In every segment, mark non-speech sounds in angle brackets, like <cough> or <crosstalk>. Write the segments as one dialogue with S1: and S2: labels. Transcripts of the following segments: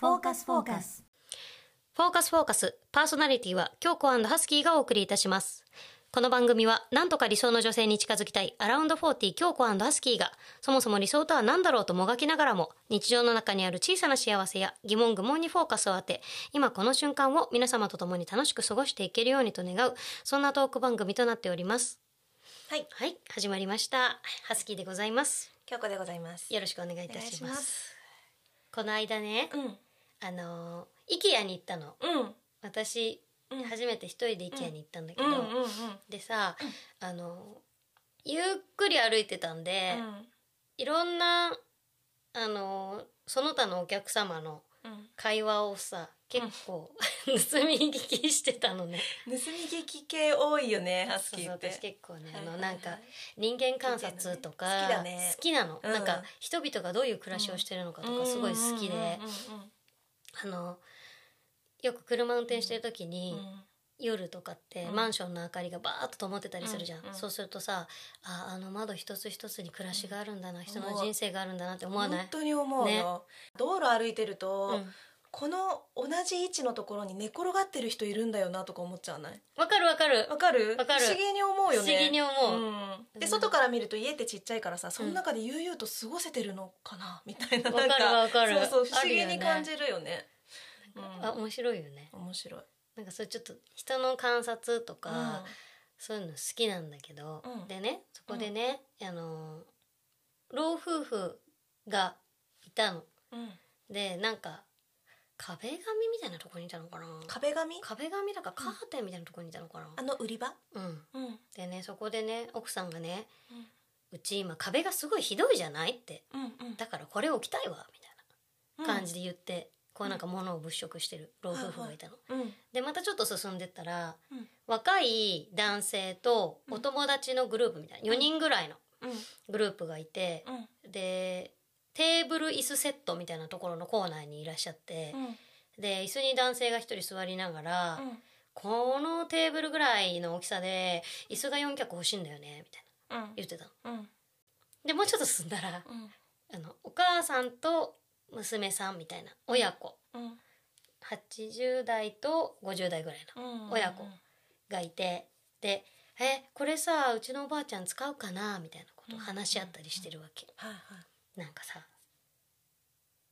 S1: スフォーカス
S2: フォーカスフォーカス、パーソナリティは京子ハスキーがお送りいたします。この番組は、なんとか理想の女性に近づきたい、アラウンド40京子ハスキーが、そもそも理想とは何だろうともがきながらも、日常の中にある小さな幸せや疑問愚問にフォーカスを当て、今この瞬間を皆様と共に楽しく過ごしていけるようにと願う、そんなトーク番組となっております。
S1: はい
S2: はい、始まりました。ハスキーでございます。
S1: 京子でございます
S2: よろしくお願いい
S1: お
S2: た
S1: 願い
S2: し
S1: し
S2: ま。
S1: ますす
S2: この間ね、
S1: うん
S2: あのー、IKEA に行ったの。
S1: うん
S2: 私、
S1: うん
S2: 初めて一人で IKEA に行ったんだけ
S1: う
S2: ど、
S1: んうんうん
S2: でさ、あのゆっくり歩いてたんで、いろんなあのその他のお客様の
S1: うん
S2: 会話をさ結構、 <laughs> 盗み聞きしてたのね。
S1: 盗み聞き系多いよねハス
S2: そう
S1: キ
S2: そう
S1: ーって
S2: 私結構ね、
S1: はい
S2: あ
S1: は
S2: の
S1: い
S2: なんか人間観察とか
S1: 好きだね
S2: 好きなの、
S1: うん
S2: なんか人々がどういう暮らしをしてるのかとかすごい好きで、あのよく車運転してる時
S1: う
S2: に、
S1: んうんうんうん
S2: 夜とかって
S1: うん
S2: マンションの明かりがバーッと灯ってたりするじゃん、
S1: うんうん
S2: そうするとさああの窓一つ一つに暮らしがあるんだな、人の
S1: 思う
S2: 人生があるんだなって思わない
S1: 本、当に思うよ道路歩いてる
S2: う
S1: と、
S2: ん、
S1: この同じ位置のところに寝転がってる人いるんだよなとか思っちゃわない
S2: わかるわかる
S1: わかる
S2: わかる
S1: 不思議に思うよね
S2: 不思議に思う
S1: うん、
S2: う
S1: で
S2: ん
S1: 外から見ると家ってちっちゃいからさその中で悠々と過ごせてるのかなみたいな
S2: わか
S1: <laughs> な
S2: る
S1: ん
S2: わかる
S1: そうそう不
S2: ある
S1: 思議
S2: よね
S1: に感じるよね
S2: あ面白いよね
S1: うん、面白い
S2: なんかそれちょっと人の観察とか、
S1: うん
S2: そういうの好きなんだけど、
S1: うん
S2: でねそこでね、あの老夫婦がいたの
S1: うん、
S2: でなんか壁紙みたいなとこにいたのかな
S1: 壁紙
S2: 壁紙だからカーテンみたいなとこにいたのかな
S1: あの売り場、
S2: うん
S1: うん
S2: でねそこでね奥さんがね「うち今壁がすごいひどいじゃない?」って
S1: うんう
S2: 「
S1: ん
S2: だからこれ置きたいわ」みたいな感じ
S1: で、
S2: で言って、こうなんか物を物色してる老夫婦がいたの。
S1: うん
S2: でまたちょっと進んでったら
S1: うん
S2: 若い男性とお友達のグループみたいな4人ぐらいの
S1: うん
S2: グループがいて
S1: うん
S2: でテーブル椅子セットみたいなところのコーナーにいらっしゃって
S1: うん
S2: で椅子に男性が1人座りながら
S1: うん
S2: 「このテーブルぐらいの大きさで椅子が4脚欲しいんだよね」みたいな
S1: うん
S2: 言ってたの。
S1: うん
S2: でもうちょっと進んだら
S1: うん
S2: あのお母さんと娘さんみたいな親子
S1: うん
S2: 80代と50代ぐらいの
S1: うん
S2: 親子がいてで「えこれさうちのおばあちゃん使うかな?」みたいなことを話し合ったりしてるわけ
S1: はいはい
S2: なんかさ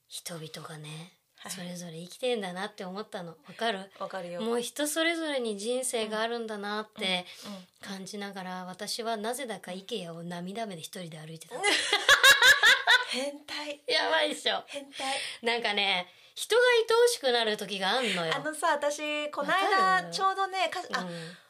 S2: 人々がね
S1: はい
S2: それぞれ生きてんだなって思ったのわかる
S1: わかるよ
S2: もう人それぞれに人生があるんだなって
S1: うん
S2: 感じながら私はなぜだか IKEA を涙目で一人で歩いてた
S1: <laughs> 変態
S2: やばいっしょ
S1: 変態
S2: なんかね人が愛おしくなる時があんのよ。
S1: あのさ私この
S2: わか
S1: 間
S2: る
S1: ちょうどね歌詞、
S2: う
S1: あ
S2: ん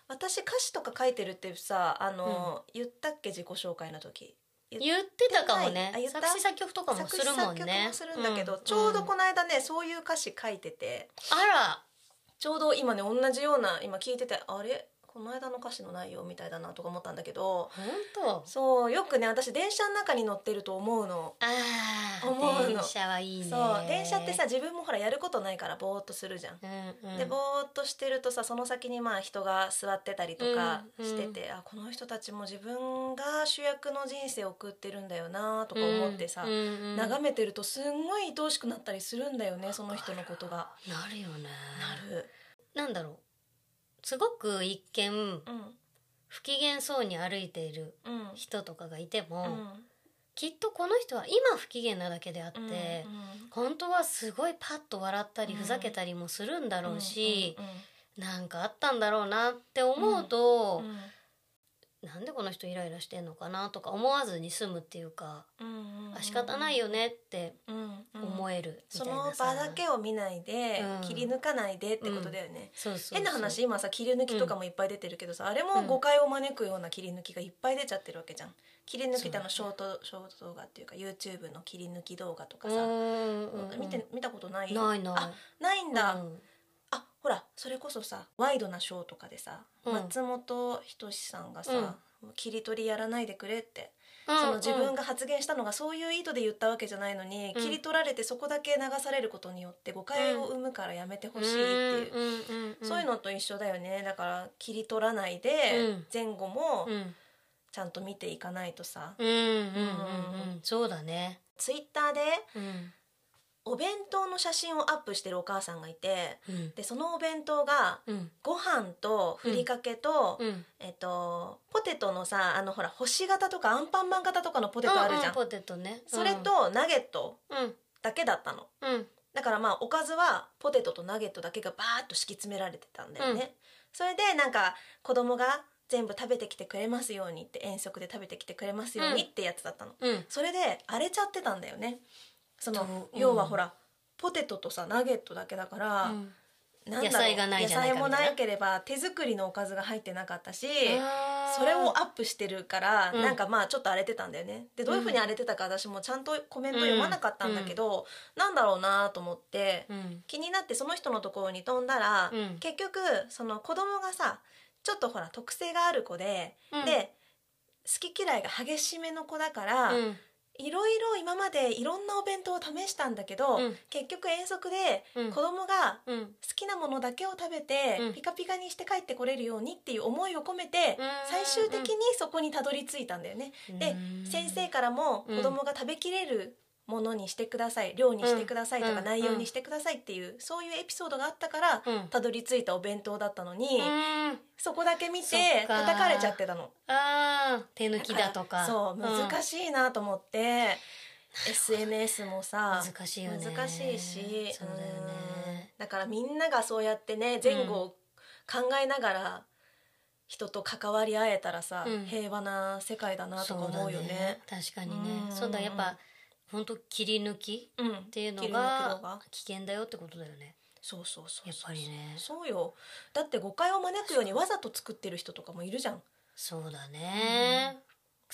S1: 私歌詞とか書いてるってさあの、言ったっけ自己紹介の時
S2: 言ってたかもね
S1: あ言った
S2: 作詞作曲とかも
S1: 作
S2: す
S1: 詞
S2: るも
S1: 作
S2: ん
S1: 曲
S2: ね
S1: もするんだけど、
S2: ん
S1: ちょうどこの間ねそういう歌詞書いてて
S2: あ
S1: ちょうど今ね同じような今聞いててあれこの間の歌詞の内容みたいだなとか思ったんだけど
S2: ら本当
S1: そうよくね私電車の中に乗ってると思うの。
S2: あー
S1: 思うの
S2: 電車はいいね
S1: そう電車ってさ自分もほらやることないからぼーっとするじゃん。
S2: うんうん
S1: でぼーっとしてるとさその先にまあ人が座ってたりとかしてて、あこの人たちも自分が主役の人生を送ってるんだよなとか思ってさ、
S2: うんうん
S1: 眺めてるとすんごい愛おしくなったりするんだよねその人のことが。
S2: なるよね
S1: なる、
S2: なんだろうすごく一見
S1: うん
S2: 不機嫌そうに歩いている
S1: うん
S2: 人とかがいても、
S1: うん
S2: きっとこの人は今不機嫌なだけであって、
S1: うん
S2: 本当はすごいパッと笑ったり
S1: うん
S2: ふざけたりもするんだろうし、
S1: うん
S2: なんかあったんだろうなって思うと、
S1: うん
S2: なんでこの人イライラしてんのかなとか思わずに済むっていうか、
S1: うんうん
S2: あ仕方ないよねって
S1: うんうん
S2: 思えるみ
S1: そ
S2: たいな
S1: の
S2: さ
S1: 場だけを見ないで、
S2: うん
S1: 切り抜かないでってことだよね、
S2: そうそうそう
S1: 変な話今さ切り抜きとかもいっぱい出てるけどさ、あれも誤解を招くような切り抜きがいっぱい出ちゃってるわけじゃん切り抜きってあのシ
S2: そ
S1: ョート、ショート動画っていうか YouTube の切り抜き動画とか
S2: う
S1: さ、
S2: んうんうん
S1: 見て見たことない
S2: ないない
S1: あないんだ、
S2: うん
S1: あほらそれこそさワイドなショーとかでさ、
S2: うん
S1: 松本人志さんがさ、切り取りやらないでくれって、その自
S2: う
S1: 分
S2: ん
S1: が発言したのがそういう意図で言ったわけじゃないのに、
S2: うん
S1: 切り取られてそこだけ流されることによって誤解を生むからやめてほしいっていう、
S2: うんんんん
S1: そういうのと一緒だよねだから切り取らないで、
S2: うん
S1: 前後も
S2: うん
S1: ちゃんと見ていかないとさ、
S2: うんうんうんうんそうだね
S1: ツイッターで
S2: うん
S1: お弁当の写真をアップしてるお母さんがいて
S2: うん
S1: でそのお弁当が
S2: うん
S1: ご飯とふりかけと、
S2: うん
S1: えっと、ポテトのさあのほら星型とかアンパンマン型とかのポテトあるじゃん、
S2: ううポテトね
S1: それとナゲット
S2: うん
S1: だけだったの
S2: うん
S1: だからまあおかずはポテトとナゲットだけがバーッと敷き詰められてたんだよね、
S2: うん
S1: それでなんか子供が全部食べてきてくれますようにって遠足で食べてきてくれますようにってやつだったの、
S2: うん
S1: それで荒れちゃってたんだよねその、
S2: うん
S1: 要はほらポテトとさナゲットだけだから、
S2: うん
S1: なんだろ
S2: 野
S1: う
S2: 菜がないじゃないか
S1: 野菜も
S2: みたいな
S1: なければ手作りのおかずが入ってなかったし
S2: あー
S1: それをアップしてるから、
S2: うん
S1: なんかまあちょっと荒れてたんだよねでどういうふうに荒れてたか私もちゃんとコメント読まなかったんだけど、なんだろうなと思って、
S2: うん
S1: 気になってその人のところに飛んだら、
S2: うん
S1: 結局その子供がさちょっとほら特性がある子で、
S2: うん
S1: で好き嫌いが激しめの子だから、
S2: うん
S1: いろいろ今までいろんなお弁当を試したんだけど、
S2: うん
S1: 結局遠足で
S2: うん
S1: 子供が
S2: うん
S1: 好きなものだけを食べて、
S2: うん
S1: ピカピカにして帰ってこれるようにっていう思いを込めて、
S2: うん
S1: 最終的にそこにたどり着いたんだよね。で
S2: うん
S1: 先生からも
S2: うん
S1: 子供が食べきれるものにしてください量にしてくださいと
S2: う
S1: か
S2: ん
S1: 内容にしてくださいっていうそういうエピソードがあったから
S2: うん
S1: たどり着いたお弁当だったのに、
S2: うん
S1: そこだけ見
S2: そ
S1: て
S2: っか
S1: 叩かれちゃってたの。
S2: あー手抜きだとか
S1: そう難しいなと思って、SNS もさ
S2: 難しいよね
S1: 難しいし
S2: そうだよね
S1: うんだからみんながそうやってね前後を考えながら人と関わり合えたらさ、
S2: うん
S1: 平和な世界だなとか
S2: そうだ
S1: 思うよね。
S2: 確かに
S1: う
S2: ね
S1: ん
S2: そうだやっぱ本当切り抜き
S1: うん、っ
S2: っていうのが危険だよってことだよね
S1: そうそうそう
S2: やっ
S1: そう
S2: ぱりね
S1: そうよだって誤解を招くようにわざと作ってる人とかもいるじゃん。
S2: そうだね,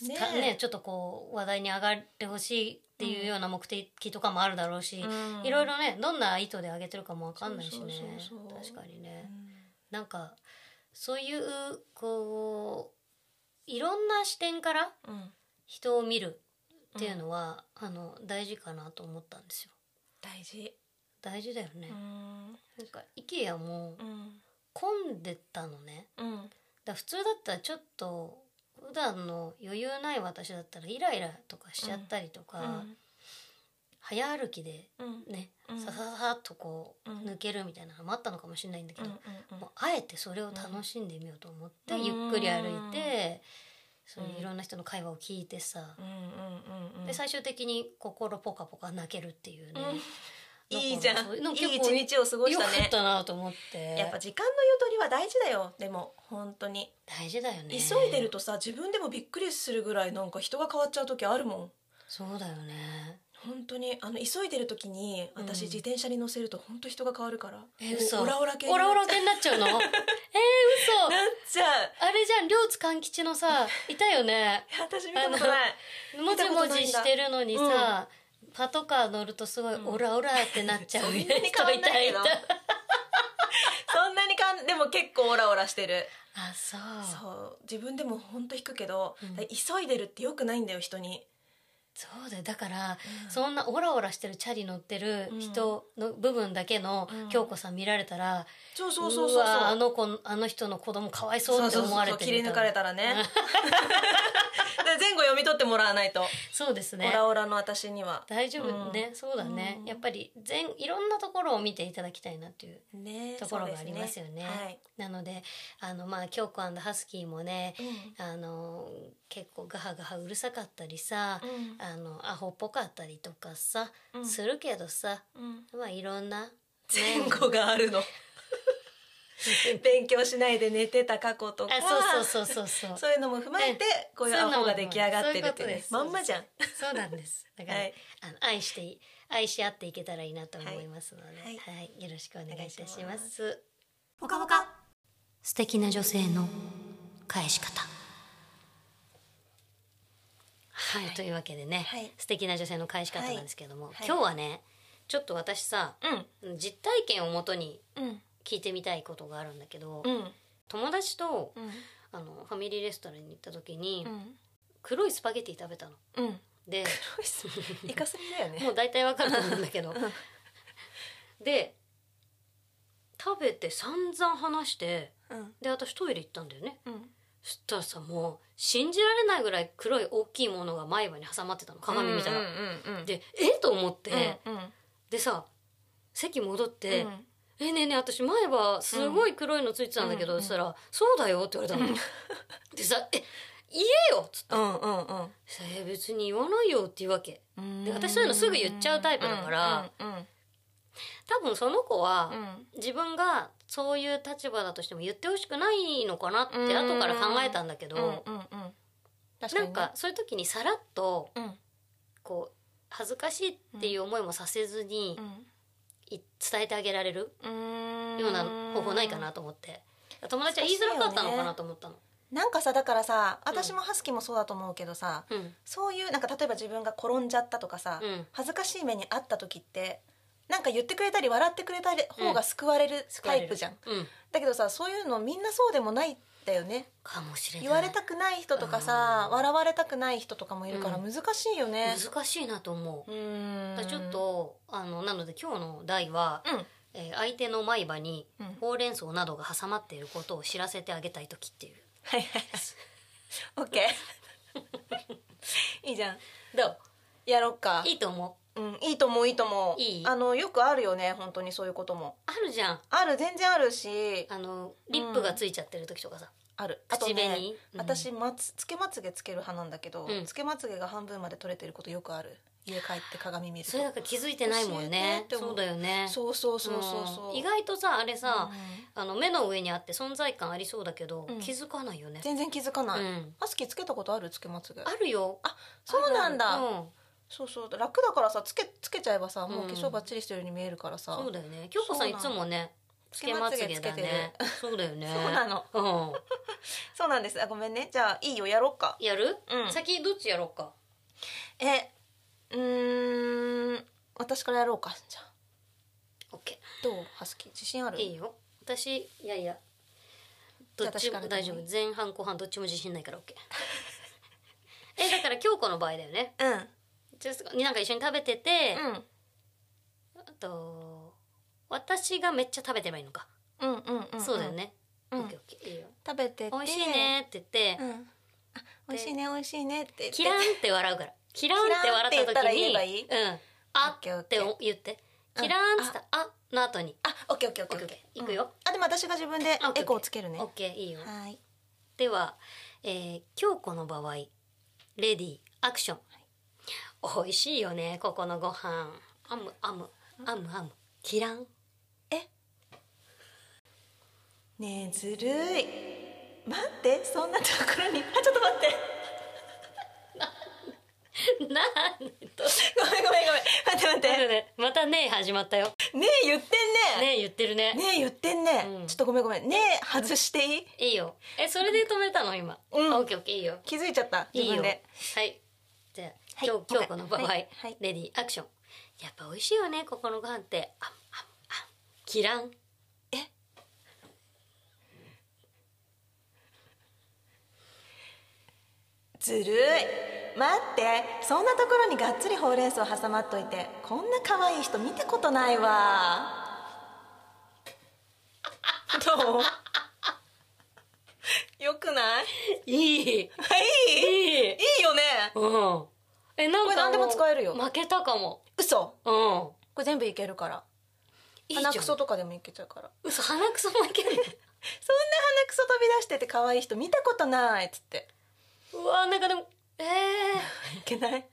S1: ね
S2: た、ねちょっとこう話題に上がってほしいっていうような目的とかもあるだろうし、
S1: うん
S2: いろいろねどんな意図で上げてるかもわかんないしね
S1: そうそうそうそう
S2: 確かに
S1: う
S2: ね
S1: ん
S2: なんかそういうこういろんな視点から
S1: うん
S2: 人を見るっていうのは、あの大事かなと思ったんですよ
S1: 大事。
S2: 大事だよね、
S1: うん
S2: なんか IKEA も
S1: うん
S2: 混んでたのね
S1: うん
S2: だから普通だったらちょっと普段の余裕ない私だったらイライラとかしちゃったりとか、早歩きで
S1: うん
S2: ね、
S1: うん
S2: ささささっとこう
S1: うん
S2: 抜けるみたいなのもあったのかもしれないんだけ
S1: うん
S2: ど、
S1: うんうん
S2: もうあえてそれを楽しんでみようと思って、
S1: うん
S2: ゆっくり歩いて、
S1: うん
S2: そういういろんな人の会話を聞いてさ、
S1: うんうんうんうん
S2: で最終的に心ポカポカ泣けるっていうね、
S1: うん
S2: なんか <laughs>
S1: いいじゃん
S2: そううの
S1: い
S2: 結
S1: い
S2: 構
S1: 一日を過ごし
S2: 良か
S1: たね
S2: ったなと思って
S1: やっぱ時間のゆとりは大事だよでも本当に
S2: 大事だよね
S1: 急いでるとさ自分でもびっくりするぐらいなんか人が変わっちゃう時あるもん
S2: そうだよね
S1: 本当にあの急いでる時に
S2: う
S1: 私
S2: ん
S1: 自転車に乗せると本当人が変わるから、
S2: え
S1: お
S2: 嘘
S1: オラオラ系
S2: オラオラ
S1: 系
S2: 系になっち
S1: <laughs>
S2: ゃうのえー、嘘
S1: なっちゃう
S2: あれじゃん両津勘吉のさいたよね
S1: いや私見たことない
S2: もじもじしてるのに
S1: 見たことない
S2: さ、パトカー乗るとすごい
S1: ん
S2: オラオラってなっちゃう
S1: そん
S2: み
S1: な
S2: たいな
S1: に変わんないけど
S2: 人いたいた
S1: そんなにかんでも結構オラオラしてる
S2: あそうそう
S1: そう自分でも本当引くけど、
S2: うん
S1: だから急いでるってよくないんだよ人に
S2: だよだから、そんなオラオラしてるチャリ乗ってる人の部分だけの
S1: うん
S2: 京子さん見られたら、
S1: そうそうそうそうそう
S2: わーあの子あの人の子供かわいそうって思われて
S1: そうそうそう切り抜かれたらねで前後読み取ってもらわないと、
S2: <laughs> そうです <laughs> ね
S1: オラオラの私には
S2: 大丈夫ね、
S1: うん
S2: そうだね、
S1: うん
S2: やっぱり全いろんなところを見ていただきたいなっていう
S1: ね
S2: ところがありますよねなのであのまあ京子ハスキーもね
S1: そうですね
S2: あの結構ガハガハうるさかったりさ
S1: は、い、うん
S2: あのアホっぽかったりとかさ、
S1: うん
S2: するけどさ
S1: うん
S2: まあいろん
S1: <laughs>
S2: な、ね、
S1: 前後があるの勉強しないで寝てた過去とか
S2: あそうそうそうそうそう
S1: そういうのも踏まえてこういうアホが出来上がってるって、ね、
S2: そういうこ
S1: ま
S2: とです
S1: んまじゃん
S2: そうなんですだから、
S1: はい
S2: あの愛してい愛し合っていけたらいいなと思いますので、は
S1: はいい
S2: よろしくお願いいたします
S1: お願いしぽかぽか
S2: 素敵な女性の返し方はい、というわけでね、
S1: はい
S2: 素敵な女性の返し方なんですけども、
S1: いはい
S2: 今日はねちょっと私さ
S1: うん
S2: 実体験をもとに
S1: うん
S2: 聞いてみたいことがあるんだけど、
S1: うん
S2: 友達と
S1: うん
S2: あのファミリーレストランに行った時に、
S1: ん
S2: 黒いスパゲティ食べたの。
S1: うん <laughs>
S2: で
S1: イカスミだよね
S2: もう大体わかると思うんだけどで食べて散々話して
S1: うん
S2: で私トイレ行ったんだよね
S1: うん
S2: そしたらさもう信じられないぐらい黒い大きいものが前歯に挟まってたの鏡見たら、
S1: うんうんうん
S2: でえっと思って、
S1: うんうん
S2: でさ席戻って
S1: うん
S2: 「えねえねえ私前歯すごい黒いのついてたんだけど」
S1: うん
S2: そしたら「そうだよ」って言われ
S1: <laughs>
S2: たの。でさ「え言えよ」っつって
S1: うんうん
S2: さえ別に言わないよ」って言うわけ
S1: うん
S2: で私そういうのすぐ言っちゃうタイプだから
S1: うんうん
S2: 多分その子は
S1: うんうん
S2: 自分がそういう立場だとしても言ってほしくないのかなって後から考えたんだけ
S1: うんう
S2: ど
S1: んうん確
S2: な
S1: にね
S2: んかそういう時にさらっと
S1: うん
S2: こう恥ずかしいっていう思いもさせずにい伝えてあげられる
S1: うん
S2: ような方法ないかなと思って友達は言いづらかったのかなと思ったの。
S1: なんかさだからさ私もハスキーもそうだと思うけどさ、
S2: うん
S1: そういうなんか例えば自分が転んじゃったとかさ、
S2: うん
S1: 恥ずかしい目にあった時ってなんか言ってくれたり笑ってくれた方が救われるタイプじゃん、
S2: うん、
S1: だけどさそういうのみんなそうでもないんだよね
S2: かもしれない
S1: 言われたくない人とかさ、笑われたくない人とかもいるから
S2: う
S1: 難しいよね、
S2: 難しいなと思う
S1: うーん
S2: だからちょっとあのなので今日の題は、
S1: うん
S2: えー相手の前歯に
S1: うん
S2: ほうれん草などが挟まっていることを知らせてあげたい時っていう
S1: はいはいオッケーいいじゃん
S2: どう
S1: やろっか
S2: いいと思う
S1: うん、いいと思ういいと思う
S2: いい
S1: あのよくあるよね本当にそういうことも
S2: あるじゃん
S1: ある全然あるし
S2: あのリップがついちゃってる時とかさ、
S1: あるあと
S2: 口紅、
S1: ね
S2: うん
S1: 私まつつけまつげつける派なんだけど、
S2: うん
S1: つけまつげが半分まで取れてることよくある家帰って鏡見ると
S2: それだから気づいてないもんね
S1: 教えてって思う
S2: そうだよね
S1: そうそうそうそうそう、
S2: ん意外とさあれさ、
S1: う
S2: あの目の上にあって存在感ありそうだけど、
S1: うん
S2: 気づかないよね
S1: ん全然気づかない、
S2: うん
S1: マスキーつけたことあるつけまつげ
S2: あるよ
S1: あそうなんだ
S2: あるあるうん
S1: そうそう楽だからさつけつけちゃえばさもう化
S2: う
S1: 粧
S2: ん
S1: バッチリしてるように見えるからさ、
S2: そうだよね京子さんいつもねつけ
S1: そう
S2: ま
S1: なの
S2: つげだねそうだよね
S1: <laughs> そうなの
S2: うん
S1: そうなんですあごめんねじゃあいいよやろうか
S2: やる、
S1: うん
S2: 先どっちやろうか
S1: えうーん私からやろうかじゃあ
S2: OK
S1: どうハスキー自信ある
S2: いいよ私いやいやどっち
S1: じゃあ私か
S2: も
S1: ら
S2: 大丈夫前半後半どっちも自信ないから OK <laughs> えだから京子の場合だよね
S1: うん
S2: ちょっとなんか一緒に食べてて、
S1: うん
S2: あと私がめっちゃ食べてればいいのか、
S1: うんうんうんうん
S2: そうだよね、
S1: うん
S2: OKOK いいよ
S1: 食べてて
S2: 美味しいねって言って
S1: う、んあ美味しいね美味しいねって言って
S2: キランって笑うからキランって笑った
S1: キランって言ったら
S2: 時
S1: 言
S2: に
S1: えばいい
S2: うん、
S1: オ
S2: あ
S1: ッケーオ
S2: っ
S1: ッ
S2: て
S1: ケー
S2: お言ってキランっつったあの後に
S1: あオッケーオッケーオッケー
S2: オッケーオッケーいくよ
S1: うんあでも私が自分でエコーつけるね
S2: OK いいよ
S1: はい
S2: では、えー、京子の場合レディーアクション、美味しいよねここのご飯アムアムアムアムキラ
S1: <laughs>
S2: ン
S1: ねえずるい待ってそんなところにあちょっと待って
S2: なと
S1: ごめんごめんごめん待って待って
S2: またね始まったよ
S1: ねえ言ってんね
S2: ね言ってるね
S1: ねえ言ってんね、
S2: うん
S1: ちょっとごめんごめんねえ外していい
S2: いいよえそれで止めたの今、
S1: うん
S2: オッケーオッケーいいよ
S1: 気づいちゃった
S2: い
S1: 自
S2: いよ
S1: 分で
S2: はいじゃあ、
S1: はい
S2: 京京子の場合、
S1: はいはい
S2: レディーアクションやっぱ美味しいよねここのご飯ってアムアムアムキラン
S1: ずるい待ってそんなところにがっつりほうれん草挟まっといてこんな可愛い人見たことないわ <laughs> どうよくない
S2: <laughs> いい
S1: はい
S2: い
S1: い
S2: い
S1: いよね
S2: うん。え、なん
S1: こ
S2: か
S1: れ何でも使えるよ
S2: 負けたかも。
S1: 嘘
S2: うん。
S1: これ全部いけるから
S2: いいじゃん
S1: 鼻くそとかでもいけちゃうから
S2: 嘘、鼻くそもい
S1: <laughs>
S2: ける。
S1: そんな鼻くそ飛び出してて可愛い人見たことないっつって
S2: うわ、なんかでも、え
S1: いけ <laughs> ない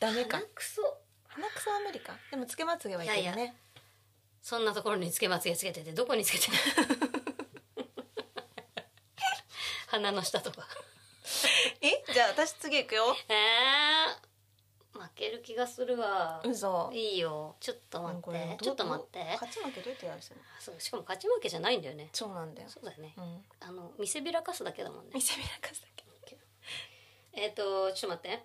S1: ダ
S2: え
S1: メ
S2: ー。
S1: か
S2: 鼻くそ。
S1: 鼻くそは無理かでもつけまつげはいけるね
S2: いやいやそんなところにつけまつげつけてて、どこにつけ
S1: <laughs>
S2: てる鼻の下とか。
S1: えじゃあ私次行くよ
S2: えー。負ける気がするわ。
S1: 嘘
S2: いいよ。ちょっと待
S1: こ
S2: っ
S1: れ
S2: て。
S1: ど
S2: ちょっと待って
S1: どう。勝ち負けどうやってやるんですか
S2: そう、しかも勝ち負けじゃないんだよね。
S1: そうなんだよ
S2: そうだよね
S1: う。
S2: <laughs>
S1: ん
S2: あの、見せびらかすだけだもんね。
S1: 見せびらかすだけ
S2: えっ、と、ちょっと待って。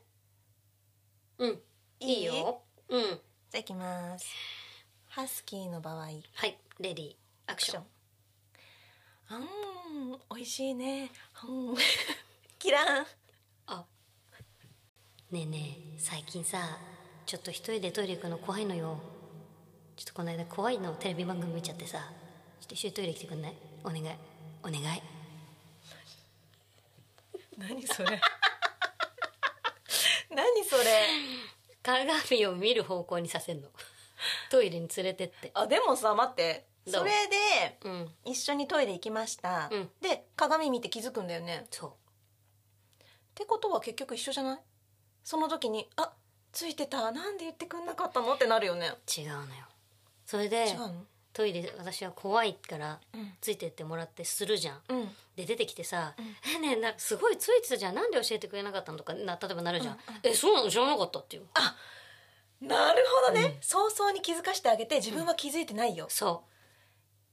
S2: うん。い
S1: いい
S2: いよ。うん。
S1: じゃあ行きますハスキーの場合ア
S2: はい。レディー、アク
S1: ク
S2: シ
S1: シ
S2: ョ
S1: ョ
S2: ン
S1: ン。あん美味しいね <laughs> うんキラン
S2: あ。ねえねえ、最近さ、ちょっと一人でトイレ行くの怖いのよ。ちょっとこの間怖いのテレビ番組見ちゃってさ、ちょっと一緒にトイレ来てくんないお願い。お願い。
S1: <laughs> 何それ何それ
S2: 鏡を見る方向にさ
S1: <laughs>
S2: せんのトイレに連れてって
S1: あでもさ待って
S2: どう
S1: それで
S2: うん
S1: 一緒にトイレ行きました、
S2: うん
S1: で鏡見て気づくんだよねっ
S2: そ
S1: てことは結局一緒じゃないその時に「あついてたなんで言ってくんなかったの?」ってなるよね
S2: う違うのよそれで
S1: 違うの
S2: トイレ私は怖いから
S1: うん
S2: ついてってもらってするじゃん
S1: うん
S2: で出てきてさ「
S1: ん
S2: えねえなんかすごいついてたじゃんなんで教えてくれなかったの?」とかな例えばなるじゃん「
S1: うん
S2: えそうなの知らなかった」っていう
S1: なるほどね、早々に気づかしてあげて自分は気づいてないよ、
S2: そ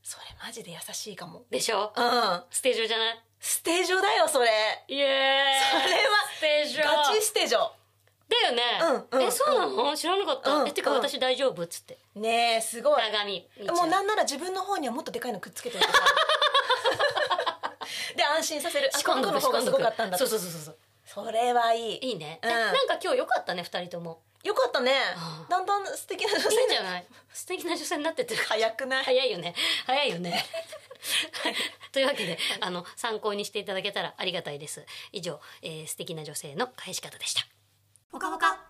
S1: それマジで優しいかも
S2: うでしょ
S1: うん
S2: ステージ上じゃない
S1: ステージョだよそれ
S2: イエ
S1: そ
S2: ーイ
S1: れは
S2: ステージ上
S1: ガチステージョ
S2: だよね、
S1: うんうん
S2: えそうなの知らなかった、
S1: うん
S2: えてか
S1: うん
S2: 私大丈夫っつって
S1: ねえすごい
S2: 鏡
S1: もうなんなら自分の方にはもっとでかいのくっつけておい
S2: <laughs>
S1: てさで安心させるあ
S2: 仕込んど
S1: この
S2: く
S1: 子の方がすごかったんだ
S2: そうそうそうそうそう
S1: それはいい
S2: いいね、
S1: うん
S2: えなんか今日良かったね二人とも
S1: よかったね
S2: ああ
S1: だんだん素敵な女性
S2: いいんじ
S1: に
S2: ゃない素敵な女性になってってる
S1: <laughs> 早くない、
S2: 早いよね早いよねというわけであの参考にしていただけたらありがたいです以上、えー、素敵な女性の返し方でした
S1: ぽかぽか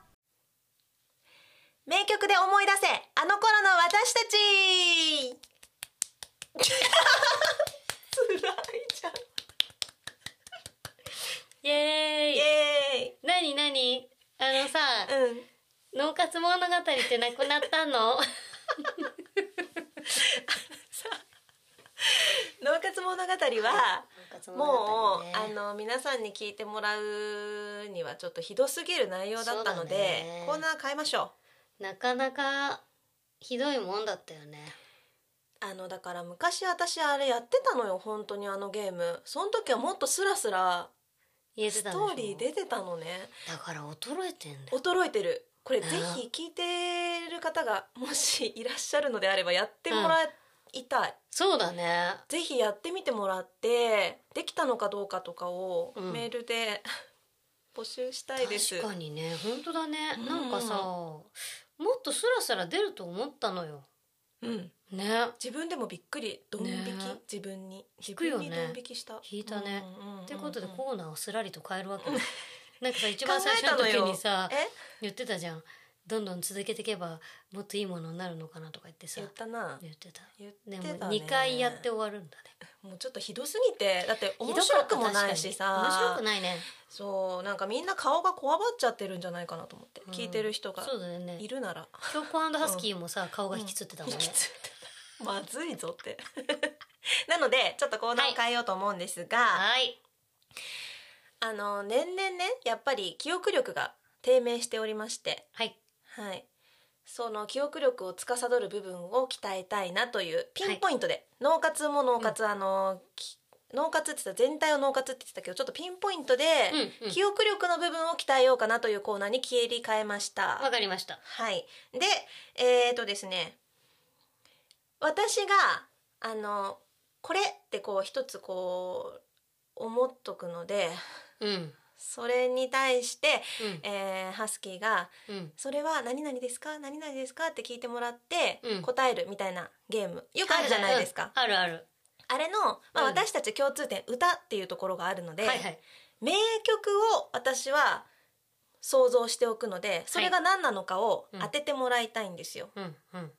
S1: 名曲で思い出せあの頃の私たち辛いじゃん
S2: イエーイ
S1: イエ
S2: 何何あのさ
S1: ーイうん
S2: 「脳活物語」ってなくなったの
S1: 脳活物語はもう、あ
S2: の
S1: の皆さんに聞いてもらうにはちょっとひどすぎる内容だったの
S2: そう
S1: で、
S2: だね
S1: コーナー変えましょ
S2: なかなかひどいもんだったよね
S1: うあのだから昔私あれやってたのよ本当にあのゲームその時はもっとスラスラ
S2: 言えて
S1: ス
S2: た
S1: ト
S2: んでしょ
S1: ーリー出てたのね
S2: だから衰えてんだよ
S1: 驚いてるこれ
S2: ね
S1: ぜひ聞いてる方がもしいらっしゃるのであればやってもらいたい、
S2: そうだね
S1: ぜひやってみてもらってできたのかどうかとかを
S2: うん
S1: メールで <laughs> 募集したいです、
S2: 確かにね本当だね、
S1: うん
S2: なんかさもっとスラスラ出ると思ったのよ
S1: うん
S2: ね
S1: 自分でもびっくりドン引き、
S2: ね
S1: 自分に自
S2: くよ
S1: 分
S2: ね
S1: にドン引きした
S2: 引いたね
S1: うんうんうんうん
S2: ってことでコーナーをすらりと変える
S1: <laughs>
S2: わけ、なんかさ一番最初の
S1: 考えた
S2: 時
S1: のよ
S2: にさ
S1: え
S2: 言ってたじゃんどんどん続けていけばもっといいものになるのかなとか言ってさ
S1: 言ったな
S2: 言ってた
S1: 言って
S2: で
S1: たね
S2: も2回やって終わるんだね
S1: もうちょっとひどすぎてだって面白くもないし
S2: ひどかった確かに面白
S1: さ
S2: くないね
S1: そうなんかみんな顔がこわばっちゃってるんじゃないかなと思って、
S2: うん
S1: 聞いてる人が
S2: そうだよね
S1: いるなら
S2: 京子ハスキーもさ顔が引きつってたもんね
S1: 引きつってたまずいぞって <laughs> なのでちょっとコーナーを変えようと思うんですが、
S2: はい
S1: あの年々ねやっぱり記憶力が低迷しておりまして
S2: はい
S1: はい、その記憶力を司る部分を鍛えたいなというピンポイントで、脳活も脳活、あのき脳活って言ってた全体を脳活って言ってたけどちょっとピンポイントで、
S2: うんうん
S1: 記憶力の部分を鍛えようかなというコーナーに切り替えました。
S2: わかりました
S1: はい、でえっ、とですね私があのこれってこう一つこう思っとくので
S2: うんうん
S1: それに対して、えーハスキーが
S2: うん
S1: それは何々ですか何々ですかって聞いてもらって
S2: うん
S1: 答えるみたいなゲーム、よくあるじゃないですか、
S2: ははうんあるある
S1: あれの、まあ、
S2: うん
S1: 私たち共通点、歌っていうところがあるので、
S2: はいはい
S1: 名曲を私は想像しておくのでそれが何なのかを当ててもらいたいんですよ、
S2: うんうん
S1: うん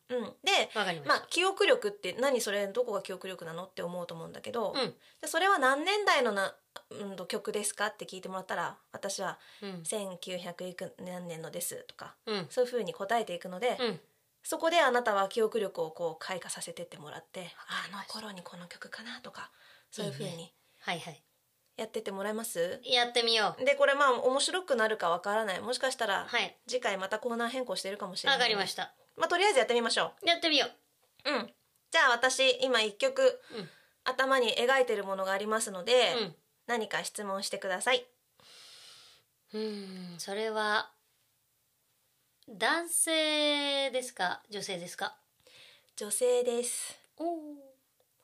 S1: で
S2: わかりま
S1: ま
S2: し
S1: あ記憶力って何それどこが記憶力なのって思うと思うんだけど、
S2: たうん
S1: でそれは何年代のな、うんと、曲ですかって聞いてもらったら私は
S2: うん
S1: 1900いく何年のですとか
S2: うん
S1: そういうふうに答えていくので、
S2: うん
S1: そこであなたは記憶力をこう開花させてってもらって
S2: り
S1: あ
S2: まし
S1: の
S2: た
S1: 頃にこの曲かなとかそういうふう
S2: いい
S1: に
S2: はいはい
S1: やってってもらえます
S2: やってみよう
S1: でこれまあ面白くなるかわからないもしかしたら
S2: はい
S1: 次回またコーナー変更してるかもしれな
S2: わ
S1: い
S2: かりました
S1: まあとりあえずやってみましょ
S2: やってみよ
S1: ううんじゃあ私今一曲
S2: ううん
S1: 頭に描いてるものがありますので、
S2: うん
S1: 何か質問してください
S2: うーんそれは男性ですか女性ですか
S1: 女性です
S2: おお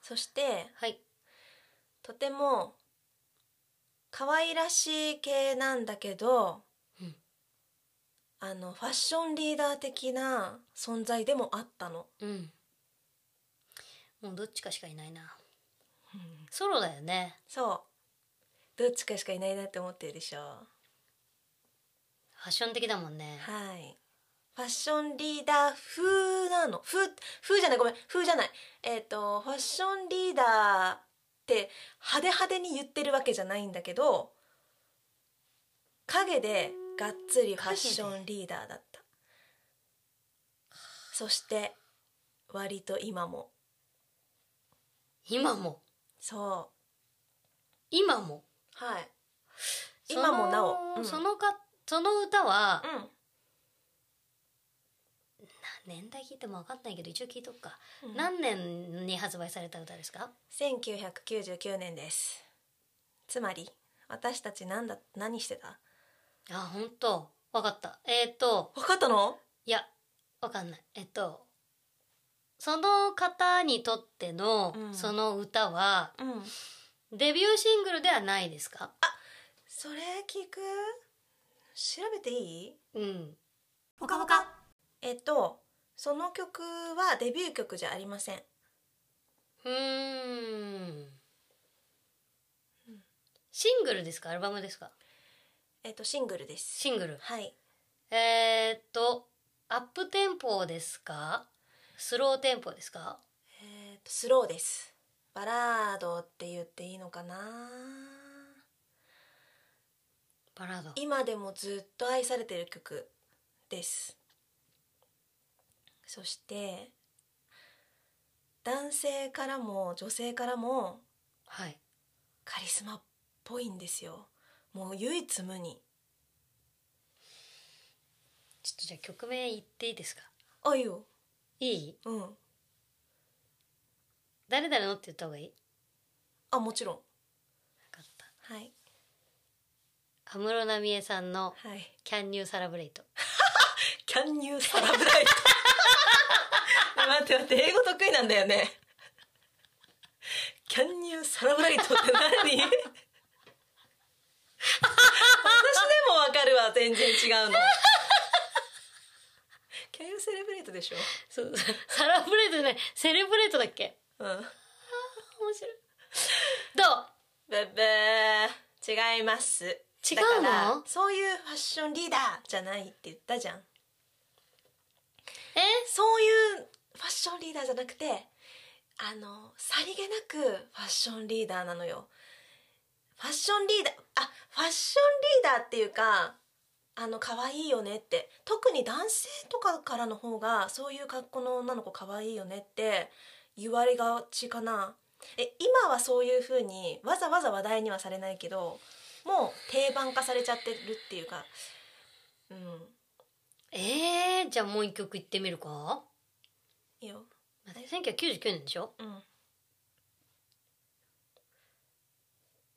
S1: そして
S2: はい
S1: とても可愛らしい系なんだけど、
S2: うん
S1: あのファッションリーダー的な存在でもあったの、
S2: うんもうどっちかしかいないなソロだよね
S1: そうどっちかしかいないなって思ってるでしょ
S2: ファッション的だもんね
S1: はいファッションリーダー風なの風風じゃないごめん風じゃないえっ、とファッションリーダーって派手派手に言ってるわけじゃないんだけど影でがっつりファッションリーダーだったそして割と今も
S2: 今も
S1: そ
S2: 今も
S1: うはい今もなお
S2: その,、
S1: うん
S2: そのかその歌は、
S1: うん
S2: 年代聞いても分かんないけど一応聞いとくか、
S1: うん
S2: 何年に発売された歌ですか
S1: 1999年ですつまり私たちなんだ何してた
S2: あ本当分かったえっ、と
S1: 分かったの
S2: いや分かんないえっとその方にとっての、
S1: うん
S2: その歌は
S1: うん
S2: デビューシングルではないですか
S1: それ聞く調べていい
S2: うん
S1: ぽかぽかえっとその曲はデビュー曲じゃありません
S2: うーんシングルですかアルバムですか
S1: えっとシングルです
S2: シングル
S1: はい
S2: えー、っとアップテンポですかスローテンポですか
S1: えっとスローですバラードって言っていいのかな
S2: バラード
S1: 今でもずっと愛されてる曲ですそして男性からも女性からも
S2: はい
S1: カリスマっぽいんですよもう唯一無二
S2: ちょっとじゃあ曲名言っていいですか
S1: あいいよ
S2: いい
S1: うん
S2: 誰々のって言った方がいい
S1: あもちろん
S2: 分かった
S1: はい
S2: 安室奈美恵さんの
S1: はい
S2: 「Can You Celebrate
S1: キャンニューサラブライト <laughs> 待って待って英語得意なんだよねキャンニューサラブライトって何私でもわかるわ全然違うのキャンニューセレブレートでしょ」
S2: そう「サラブレート」じゃない「セレブレート」だっけ
S1: うん
S2: 面白いど
S1: ブッブー違います
S2: 違うの
S1: だからそういうファッションリーダーじゃないって言ったじゃん
S2: うえ
S1: そういうファッションリーダーじゃなくてあのさりげなくファッションリーダーなのよファッションリーダーあファッションリーダーっていうかあの可愛いよねって特に男性とかからの方がそういう格好の女の子可愛いよねって言われがちかなえ今はそういう風にわざわざ話題にはされないけどもう定番化されちゃってるっていうかうん
S2: えー、じゃあもう一曲言ってみるか
S1: いいよ
S2: 1999年でしょ
S1: うん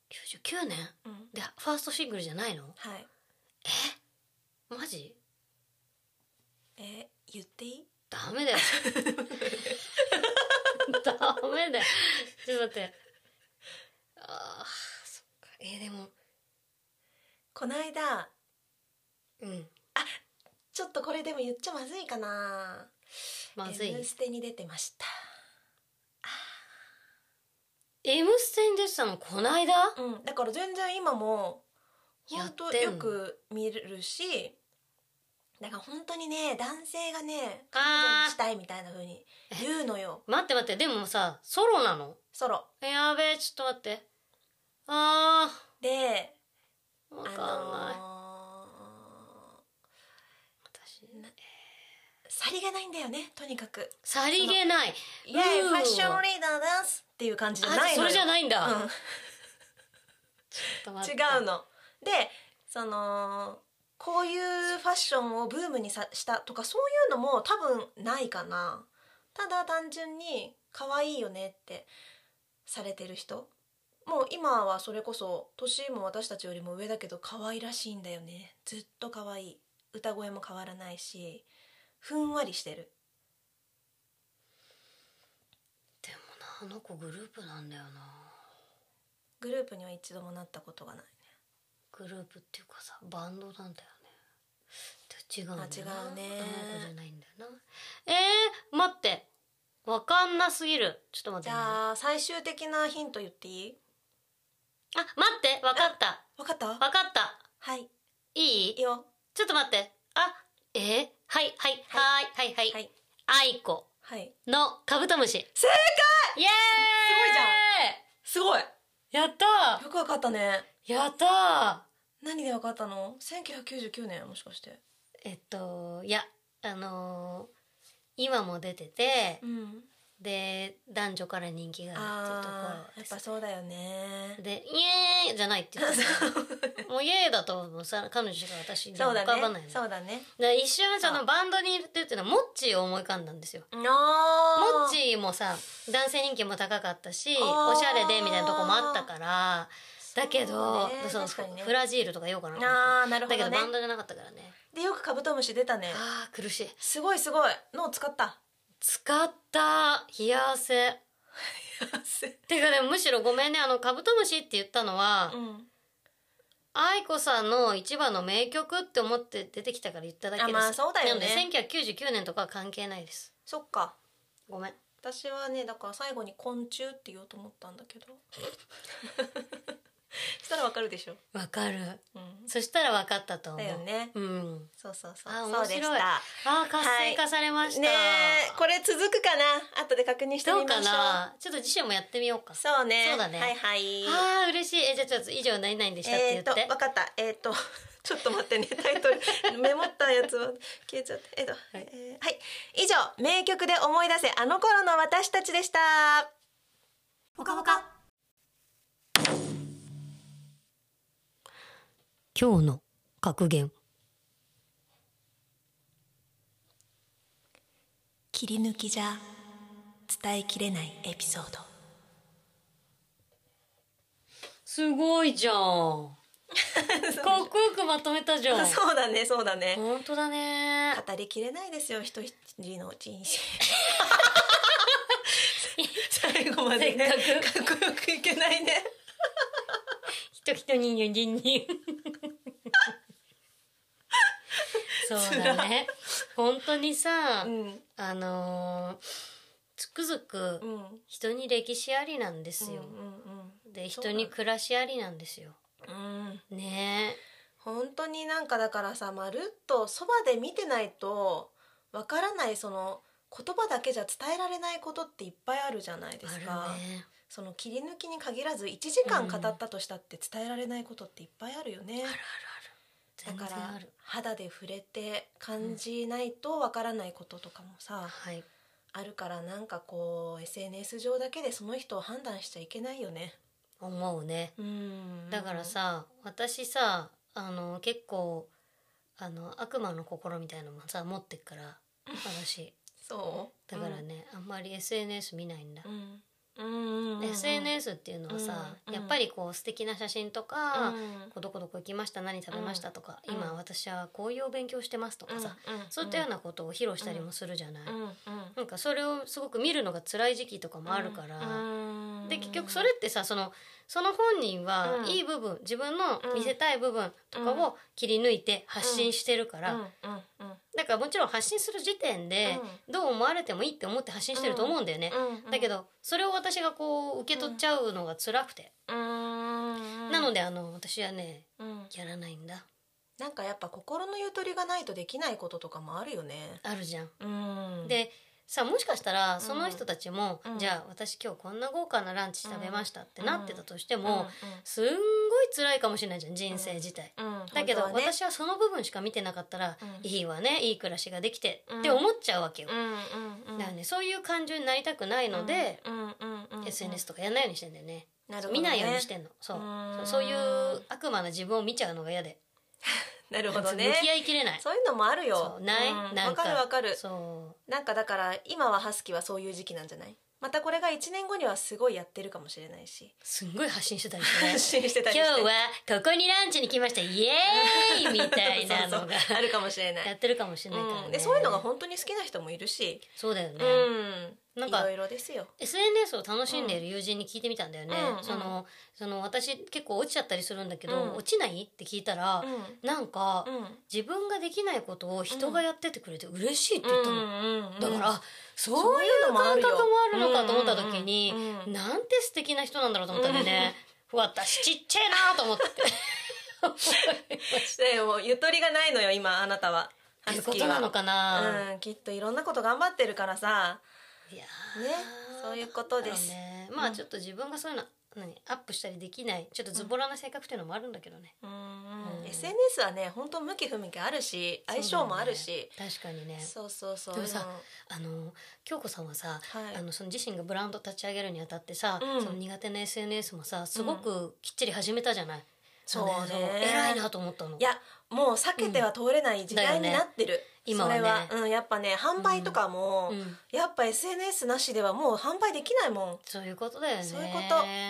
S2: 99年
S1: うん
S2: でファーストシングルじゃないの
S1: はい
S2: マジ
S1: えー言っていい
S2: ダメだよ <laughs> ダメだよちょっと待ってあーそっかえー、でも
S1: この間
S2: うん
S1: ちょっとこれでも言っちゃまずいかな
S2: まずい
S1: M ステ」に出てました
S2: 「M ステ」に出てたのこないだ
S1: うんだから全然今も
S2: やっ
S1: 本
S2: てんの
S1: 当よく見るしだから本当にね男性がね彼女にしたいみたいな風に言うのよ
S2: 待って待ってでもさソロなの
S1: ソロ
S2: えやべえちょっと待ってあ
S1: で
S2: ーわか
S1: あ
S2: んない、
S1: の
S2: 私
S1: ーさりげないんだよねとにかく
S2: さりげない
S1: 「イエーイ
S2: うー
S1: ファッションリーダーです」っていう感じじゃ
S2: あ
S1: ないのよ
S2: それじゃないんだ、
S1: うん違
S2: の
S1: うの。でそのこういうファッションをブームにさしたとかそういうのも多分ないかな。ただ単純に可愛いよねってされてる人もう今はそれこそ年も私たちよりも上だけど可愛らしいんだよねずっと可愛い歌声も変わらないしふんわりしてる
S2: でもなあの子グループなんだよな
S1: グループには一度もなったことがないね
S2: グループっていうかさバンドなんだよねで違うんだよな
S1: あ違うね
S2: あの子じゃないんだよなえー、待ってわかんなすぎるちょっと待
S1: じ
S2: ってねあ
S1: ゃあ最終的なヒント言っていい
S2: 待ってわかった
S1: わかった
S2: わかった
S1: はい
S2: い
S1: い
S2: い
S1: いよ
S2: ちょっと待ってあえーはいはいはいはいはい
S1: はい
S2: あいこ
S1: はい
S2: のカブトムシイエーイ
S1: 正解
S2: すごい
S1: じすごいよ
S2: ゃんやった
S1: くわかったね
S2: ーやったー
S1: 何でわかったの1999年もしかして
S2: えっといやあのー今も出てて、
S1: うん
S2: で男女から人気があ
S1: あ
S2: るっていう
S1: ーやっ
S2: とこ
S1: ぱそうだよ
S2: <laughs>
S1: ね
S2: ろで「イエーイ!」じゃないって言ってたもう「イエーイ!」だともうさ彼女しか私に
S1: そ
S2: は
S1: うだ
S2: 浮かばない
S1: ね
S2: の
S1: そうだね
S2: で一瞬そのバンドにいるって言ってのはモッチーを思い浮かんだんですよモ
S1: あ
S2: ッチーもさ男性人気も高かったし
S1: あー
S2: おしゃれでみたいなとこもあったからだけど
S1: そうね
S2: そう
S1: 確かにね
S2: フラジールとか言おうかなと思った
S1: あーなるほ
S2: だけ
S1: ど
S2: ど
S1: ね
S2: バンドじゃなかったからね
S1: でよくカブトムシ出たね
S2: あー苦しい
S1: すごいすごい脳使った
S2: 使った冷や汗てかでもむしろごめんねあのカブトムシって言ったのは
S1: <laughs> うん
S2: 愛子さんの一番の名曲って思って出てきたから言っただけです
S1: あまあそうだよね
S2: なので1999年とかは関係ないです
S1: そっか
S2: ごめん
S1: 私はねだから最後に昆虫って言おうと思ったんだ
S2: <laughs>
S1: けどしたらわかるでしょ、
S2: わかる
S1: うん、
S2: そしたらわかったと思う
S1: だよね
S2: うん
S1: そうそうそう
S2: あ
S1: そ
S2: 面
S1: うでし
S2: 白い
S1: た
S2: あー活性化されました、
S1: ねえこれ続くかな後で確認して
S2: ど
S1: み
S2: う
S1: ま
S2: か
S1: しょう
S2: なちょっと次週もやってみようか
S1: そうね
S2: そうだね
S1: はいはい
S2: あー嬉しいえじゃあちょっと以上何々でしたって言
S1: え
S2: っ
S1: ー
S2: て
S1: と、わかった。えっ、と、 <laughs> ちょっと待っ
S2: <laughs>
S1: てね。タイトル、メモったやつは消えちゃって。えっ、と、はいい、えーはい。以上、名曲で思い出せあの頃の私たちでした。
S2: ほかほか今日の格言
S1: 切り抜きじゃ伝えきれないエピソード。
S2: すごいじ
S1: <laughs>
S2: ゃんかっこよくまとめたじゃん
S1: <laughs> そうだね、そうだね。
S2: 本当だね
S1: 語りきれないですよ、一人の人
S2: <laughs>
S1: 生。最後までね、
S2: せ
S1: かっこよくいけないね。
S2: 人人人人人人そうだね本当にさ、
S1: うん、
S2: あのーつくづく
S1: うん、
S2: 人に歴史ありなんですよ、で人
S1: そうなの
S2: に暮らしありなんですよ
S1: うん、うん、うん。
S2: ね
S1: 本当になんかだからさまるっとそばで見てないとわからないその言葉だけじゃ伝えられないことっていっぱいあるじゃない
S2: え
S1: です
S2: あ
S1: か、
S2: るね
S1: その切り抜きに限らず1時間語ったとしたって伝えられないことっていっぱいあるよね、
S2: 全
S1: だ
S2: 然
S1: から
S2: ある
S1: 肌で触れて感じないとわからないこととかもさ、
S2: はい
S1: あるからなんかこう SNS 上だけでその人を判断しちゃいけないよね
S2: 思うね
S1: うん
S2: だからさ私さあの結構あの悪魔の心みたいなのもさ持ってっから私
S1: そう
S2: だからね、あんまり SNS 見ないんだ
S1: う、んうんうんうんうん
S2: SNS っていうのはさ、
S1: うん
S2: やっぱりこう素敵な写真とか、
S1: うん
S2: こうどこどこ行きました何食べましたとか、
S1: うん
S2: 今私はこういうお勉強してますとかさ、
S1: うんうん
S2: そういったようなことを披露したりもするじゃない、
S1: うんうん
S2: なんかそれをすごく見るのが辛い時期とかもあるから、
S1: うん
S2: で結局それってさそのその本人は
S1: うん
S2: いい部分、自分の見せたい部分とかを切り抜いて発信してるから、
S1: うんうんうん
S2: だからもちろん発信する時点でどう思われてもいいって思って発信してると思うんだよね、
S1: うんうん
S2: だけどそれを私がこう受け取っちゃうのが辛くて、
S1: うん
S2: なのであの私はね
S1: うん
S2: やらないんだ
S1: なんかやっぱ心のゆとりがないとできないこととかもあるよね
S2: あるじゃん。
S1: うん
S2: でさもしかしたらその人たちも、
S1: うん
S2: じゃあ私今日こんな豪華なランチ食べましたってなってたとして
S1: うん
S2: も、すんごい辛いかもしれないじゃん人生自体、
S1: うんうん
S2: だけど、
S1: 本当はね
S2: 私はその部分しか見てなかったら、
S1: うん
S2: いいわねいい暮らしができて、
S1: うん
S2: って思っちゃうわけよ、
S1: うんうんうん
S2: だからねそういう感情になりたくないので、
S1: うんうんうんうん
S2: SNS とかやらないようにしてんだよね
S1: なるほどね
S2: 見ないようにしてんのそう
S1: うーん
S2: そうそういう悪魔な自分を見ちゃうのが嫌で、
S1: なるほ
S2: 向
S1: どね
S2: き合いきれない
S1: そういうのもある
S2: そ
S1: よ
S2: うない、
S1: うん
S2: な
S1: わ
S2: んか
S1: かるわかる
S2: そ
S1: なんかだから今はハスキーはそういう時期なんじゃないまたこれが1年後にはすごいやってるかもしれないし
S2: うすんごい発信してたりしてね
S1: 発信してた
S2: 今
S1: り
S2: 日
S1: して
S2: はここにランチに来ましたイエーイみたいなのが
S1: <laughs> そうそうあるかもしれない
S2: やってるかもしれないからね、
S1: うん、でそういうのが本当に好きな人もいるし、
S2: そうだよね、
S1: うん
S2: なんか
S1: いろいろですよ
S2: SNS を楽しんでいる友人に聞いてみたんだよね、
S1: うんうん
S2: そのその私結構落ちちゃったりするんだけど、
S1: うん
S2: 落ちないって聞いたら、
S1: う
S2: なんか、
S1: ん、
S2: 自分ができないことを人がやっててくれて嬉しいって言ったの、
S1: うん
S2: だから、あそ
S1: そうう
S2: い
S1: いううのもあ
S2: 感
S1: るよ
S2: 覚もあるのかと思った時に、
S1: うんうんうん
S2: なんて素敵な人なんだろうと思ったんでね、私ちっちゃいなと思って
S1: <laughs> でもゆとりがないのよ今あなたはハ
S2: いう
S1: ス
S2: こ
S1: キ
S2: と
S1: ーは
S2: なのかな、
S1: うん、きっといろんなこと頑張ってるからさ
S2: いや
S1: ねそういうことです
S2: なんだろうねまあ
S1: うん
S2: ちょっと自分がそういうの何アップしたりできないちょっとズボラな性格っていうのもあるんだけどね、
S1: うん
S2: うん
S1: SNS はね本当向き不向きあるし相性もあるし
S2: 確かにね
S1: そうそうそう
S2: でもさ
S1: うん
S2: あの京子さんはさ、
S1: はい
S2: あのその自身がブランド立ち上げるにあたってさ、
S1: うん
S2: その苦手な SNS もさすごくきっちり始めたじゃない、
S1: そう
S2: あの
S1: ね
S2: 偉いなと思ったの
S1: いやもう避けては通れない時代になってる、
S2: うんだよね今はね
S1: それは、うん、やっぱね販売とかも、
S2: うん、
S1: やっぱ SNS なしではもう販売できないもん、
S2: そういうことだよね
S1: そういうこ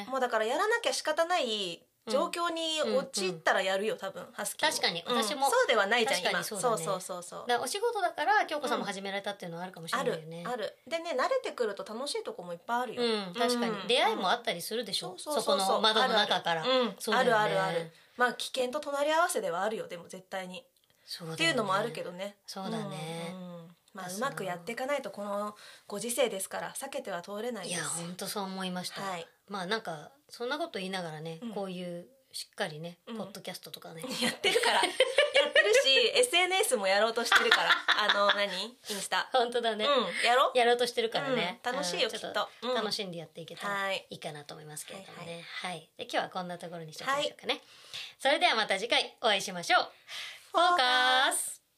S1: ともうだからやらなきゃ仕方ない状況に陥ったらやるよ多分ハスキーも
S2: 確かに
S1: うん
S2: 私も
S1: そうではないじゃん
S2: 確か
S1: 今
S2: に
S1: そ
S2: そううだね
S1: そうそうそう
S2: だからお仕事だから京子さんも始められたっていうのはあるかもしれ
S1: あ
S2: ないよ
S1: る
S2: ね、
S1: あるでね慣れてくると楽しいとこもいっぱいあるよ、
S2: うん、確かに、
S1: うん
S2: 出会いもあったりするでしょ、
S1: そうそうそうそう
S2: この窓の中から
S1: あるあるうん
S2: そうだよね
S1: あるあるあるまあ危険と隣り合わせではあるよでも絶対に、
S2: そうだよね
S1: っていうのもあるけどね
S2: そうだね
S1: うんうんまあ
S2: そうう
S1: まくやっていかないとこのご時世ですから避けては通れない
S2: い
S1: で
S2: や
S1: す
S2: 本当そう思いました、
S1: はい <laughs>
S2: まあなんかそんなこと言いながらね、
S1: うん
S2: こういうしっかりね、
S1: うん
S2: ポッドキャストとかね <laughs>
S1: やってるからやってるし <laughs> SNS もやろうとしてるからあの何インスタ
S2: 本当だね、
S1: うんやろう
S2: やろうとしてるからね、
S1: うん楽しい
S2: う
S1: よ
S2: ん
S1: きっ
S2: ち
S1: と
S2: ょっと
S1: うん
S2: 楽しんでやっていけたら
S1: はいい
S2: いかなと思いますけれども
S1: はい
S2: ねはい、で今日はこんなところにしておきましょうかね、それではまた次回お会いしましょうフォーカス